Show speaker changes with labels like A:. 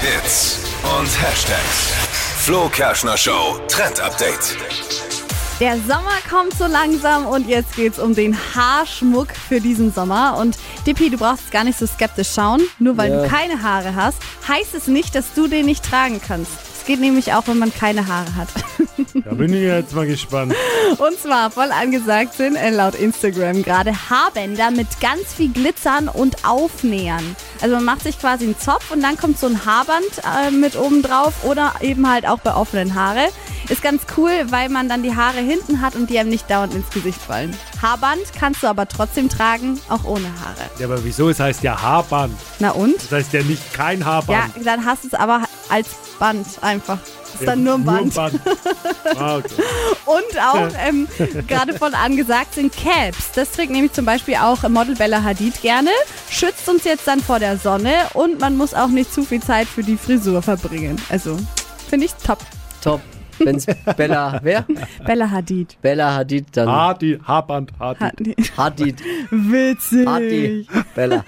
A: Hits und Hashtags. Flo Kerschner Show Trend Update.
B: Der Sommer kommt so langsam und jetzt geht's um den Haarschmuck für diesen Sommer. Und Dippi, du brauchst gar nicht so skeptisch schauen. Nur weil
C: Ja.
B: du keine Haare hast, heißt es nicht, dass du den nicht tragen kannst. Es geht nämlich auch, wenn man keine Haare hat.
D: Da bin ich jetzt mal gespannt.
B: Und zwar voll angesagt sind äh, laut Instagram gerade Haarbänder mit ganz viel Glitzern und Aufnähern. Also man macht sich quasi einen Zopf und dann kommt so ein Haarband äh, mit oben drauf oder eben halt auch bei offenen Haare. Ist ganz cool, weil man dann die Haare hinten hat und die einem nicht dauernd ins Gesicht fallen. Haarband kannst du aber trotzdem tragen, auch ohne Haare.
D: Ja, aber wieso? Es heißt ja Haarband.
B: Na und?
D: Das heißt ja nicht kein Haarband.
B: Ja, dann hast du es aber als Band einfach. Ist dann nur ein Band.
D: Ah, okay.
B: Und auch ähm, gerade von angesagt sind Caps. Das trägt nämlich zum Beispiel auch Model Bella Hadid gerne. Schützt uns jetzt dann vor der Sonne und man muss auch nicht zu viel Zeit für die Frisur verbringen. Also finde ich top.
C: Top. Wenn's Bella, wer?
B: Bella Hadid.
C: Bella Hadid,
D: Ah.
C: dann
D: Hardy, Haarband, Hardy.
B: Hat,
C: Hadid,
B: witzig.
C: Hadi, Bella.